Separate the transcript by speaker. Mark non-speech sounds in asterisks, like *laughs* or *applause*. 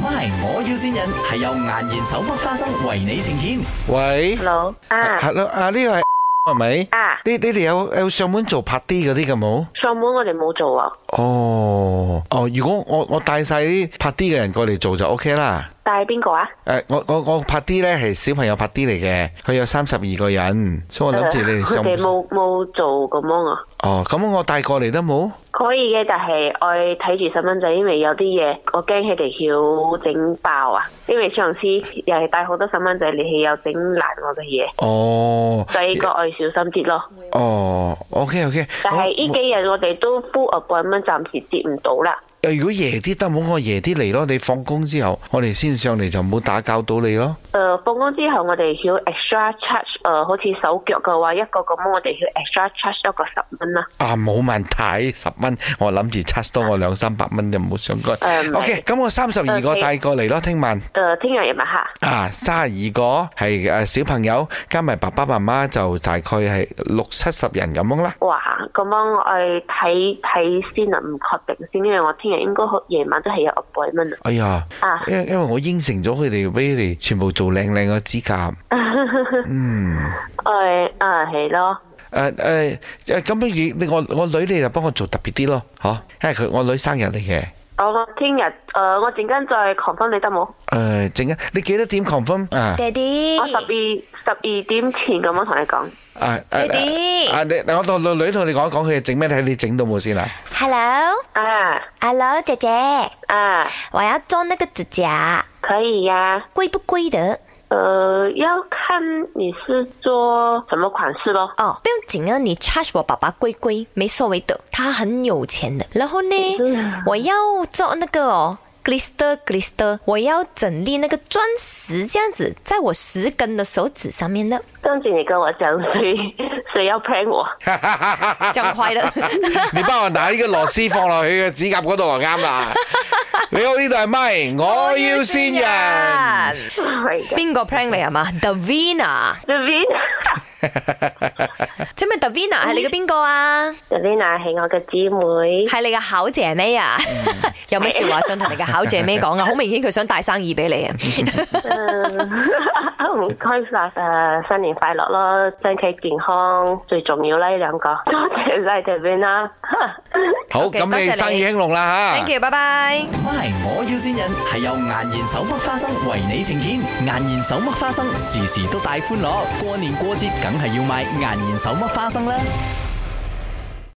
Speaker 1: MY，我要先人係由顏然手剝花生為你呈現。
Speaker 2: 喂
Speaker 3: Hello 啊
Speaker 2: hello 啊呢個係係咪？
Speaker 3: 啊！
Speaker 2: 你你哋有有呃上門做拍啲嗰啲嘅冇？
Speaker 3: 上門我哋冇做啊，
Speaker 2: 哦哦，如果我我帶晒啲拍啲嘅人過嚟做就 OK 啦。
Speaker 3: 但係邊個啊？
Speaker 2: 誒、我我我拍啲咧係小朋友拍啲嚟嘅，佢有三十二個人，所以我諗住你哋
Speaker 3: 呃啊佢
Speaker 2: 上
Speaker 3: 哋冇冇做咁樣啊？
Speaker 2: 哦，咁我帶過嚟得冇？
Speaker 3: 可以嘅，但係我睇住細蚊仔，因為有啲嘢我驚佢哋要整爆啊。因為上次又係帶好多細蚊仔嚟，佢又整爛我嘅嘢，
Speaker 2: 哦
Speaker 3: 所以個我要小心啲咯。
Speaker 2: 哦，OK OK。
Speaker 3: 但係呢幾日我哋都 full appointment，暫時接唔到啦。
Speaker 2: 誒呃如果夜啲得冇，我夜啲嚟咯。你放工之後，我哋先上嚟就唔好打攪到你咯。
Speaker 3: 誒、呃放工之後，我哋要 extra charge 誒、好似手腳嘅話，一個咁我哋要 extra charge 一個十蚊啦。
Speaker 2: 啊，冇問題，十蚊，我諗住測多我兩三百蚊就冇上該。
Speaker 3: 誒唔係
Speaker 2: OK，咁我三十二個
Speaker 3: OK
Speaker 2: 帶過嚟咯，聽晚
Speaker 3: 誒、呃聽日夜晚黑。
Speaker 2: 啊，三十二個係誒小朋友加埋爸爸媽媽就大概係六七十人咁樣啦。
Speaker 3: 哇，咁樣我睇睇先啊，唔確定先，因為我聽日應該好夜晚都係有 appointment
Speaker 2: 哎呀，
Speaker 3: 啊。
Speaker 2: 因因為我應承咗佢哋俾你哋全部做靚靚嘅指甲，
Speaker 3: *laughs*
Speaker 2: 嗯。
Speaker 3: 誒啊，係咯，
Speaker 2: 誒誒誒，咁不如你我我女你就幫我做特別啲咯，嚇、因為佢我女生日嚟嘅。
Speaker 3: 我聽日誒，我陣間再 confirm 你得冇？
Speaker 2: 誒，整啊！你幾多點 confirm 啊？
Speaker 4: 爹哋，
Speaker 3: 我十二十二點前咁樣同你講。
Speaker 2: 啊啊
Speaker 4: 爹 *laughs* 哋
Speaker 2: 啊！你我同女同你講一講佢整咩睇，你整到冇
Speaker 4: *laughs*
Speaker 2: 先啊？
Speaker 4: Hello，Hello，
Speaker 3: 啊
Speaker 4: 姐姐，
Speaker 3: 啊，
Speaker 4: 我要做那个指甲，
Speaker 3: 可以呀、
Speaker 4: 贵不贵的？
Speaker 3: 呃，要看你是做什么款式咯。
Speaker 4: 哦，不用紧啊，你 charge 我爸爸贵贵，没所谓的，他很有钱的。然后呢
Speaker 3: 嗯，
Speaker 4: 我要做那个哦。glister glister，我要整粒那个钻石，这样子在我十根的手指上面呢，
Speaker 3: 上次你跟我講， *laughs* 谁谁要 plan 我？
Speaker 4: 这样快乐。 *laughs*
Speaker 2: 你幫我拿呢個螺絲放落去嘅指甲嗰度就啱
Speaker 4: *laughs*
Speaker 2: 啦。你好，呢度係咪？我要線人。
Speaker 3: 係 *laughs* 嘅
Speaker 4: 边个 plan 你系啊嘛？Davina，即咩？Davina 系你嘅边个啊？
Speaker 3: ，Davina，Davina 係我嘅姊妹。
Speaker 4: 系你嘅考姐妹啊？ *laughs* 有咩说话想同你嘅考姐妹讲啊？好明显佢想带生意俾你啊！
Speaker 3: 唔該晒誒，新年快樂咯，身體健康最重要啦，呢兩個。多謝晒謝邊啦。
Speaker 2: 好，
Speaker 4: OK，
Speaker 2: 咁
Speaker 4: 多謝
Speaker 2: 你
Speaker 4: 你
Speaker 2: 生意興隆啦嚇。
Speaker 4: Thank you，拜拜。
Speaker 1: MY，我要先人係由顏然手剝花生為你呈現。顏然手剝花生時時都大歡樂，過年過節梗係要買顏然手剝花生啦。